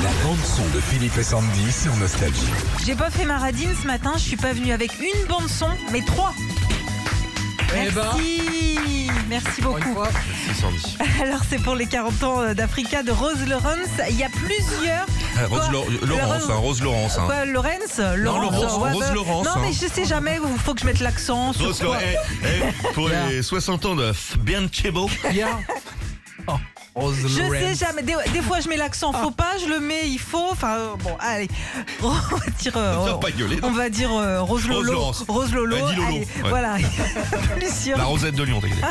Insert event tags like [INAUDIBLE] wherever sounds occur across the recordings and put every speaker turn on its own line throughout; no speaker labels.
bande son de Philippe et Sandy sur Nostalgie.
J'ai pas fait ma radine ce matin, je suis pas venue avec une bande son, mais trois.
Eh ben.
Merci.
ben.
Merci
Encore une
beaucoup.
fois,
Merci Sandy.
[LAUGHS] Alors c'est pour les 40 ans euh, d'Africa de Rose Lawrence. Il y a plusieurs.
Ah, Rose
Quoi
Lo-
Le
Laurence,
Rose-
hein, Rose Laurence. hein.
Quoi, Lawrence Lawrence,
Laurence, Rose
bah,
Lawrence,
Non, mais
hein.
je sais jamais, il faut que je mette l'accent sur
Rose
quoi.
Laurence. Eh, eh, pour les 60 ans de Bianchebo,
hier. Oh, Rose
Je sais
Lawrence.
jamais. Des, des fois, je mets l'accent, faut
Ah.
pas, je le mets, il faut. Enfin, euh, bon, allez. [LAUGHS] On va dire. euh,
On va pas gueuler, non.
on va dire euh, Rose
Rose
Lolo.
Laurence.
Rose Lolo.
Ouais, dis Lolo,
Allez,
ouais. [LAUGHS] Bah,
Voilà. Plusieurs.
la rosette de Lyon, t'as gueulé.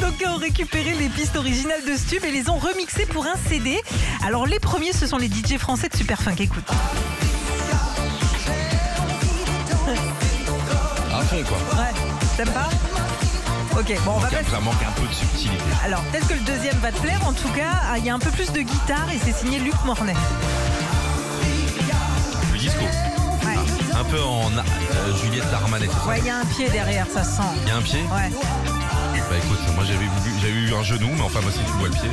Donc ont récupéré les pistes originales de Stub et les ont remixées pour un CD. Alors les premiers, ce sont les DJ français de Super Funk. Écoute.
À fond, quoi.
Ah. Ouais. T'aimes pas Ok, bon, on va passer.
Ça manque un peu de subtilité.
Alors peut-être que le deuxième va te plaire. En tout cas, ah, il y a un peu plus de guitare et c'est signé Luc Mornet.
Plus disco. Hein.
Ouais.
Un peu en euh, Juliette Armanet. c'est ça
Ouais, il y a un pied derrière, ça sent.
Il y a un pied
Ouais.
Bah écoute, moi j'avais vu- j'avais eu un genou, mais enfin, moi si tu vois le pied.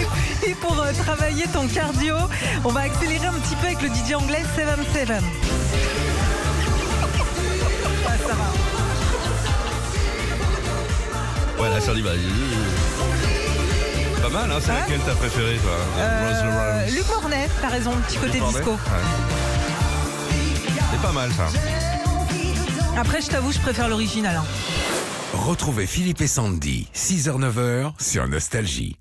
Et puis pour euh, travailler ton cardio, on va accélérer un petit peu avec le DJ anglais 77. Ouais, ça va.
Ouais, la Sandy, bah. euh, Pas mal, hein, c'est
Ouais.
laquelle t'as préférée, toi hein, Rose
Euh,
Lawrence.
Luc Mornet, t'as raison, petit côté
Bordel
disco.
Ouais. C'est pas mal ça.
Après, je t'avoue, je préfère l'original. hein.
Retrouvez Philippe et Sandy, 6h-9h sur Nostalgie.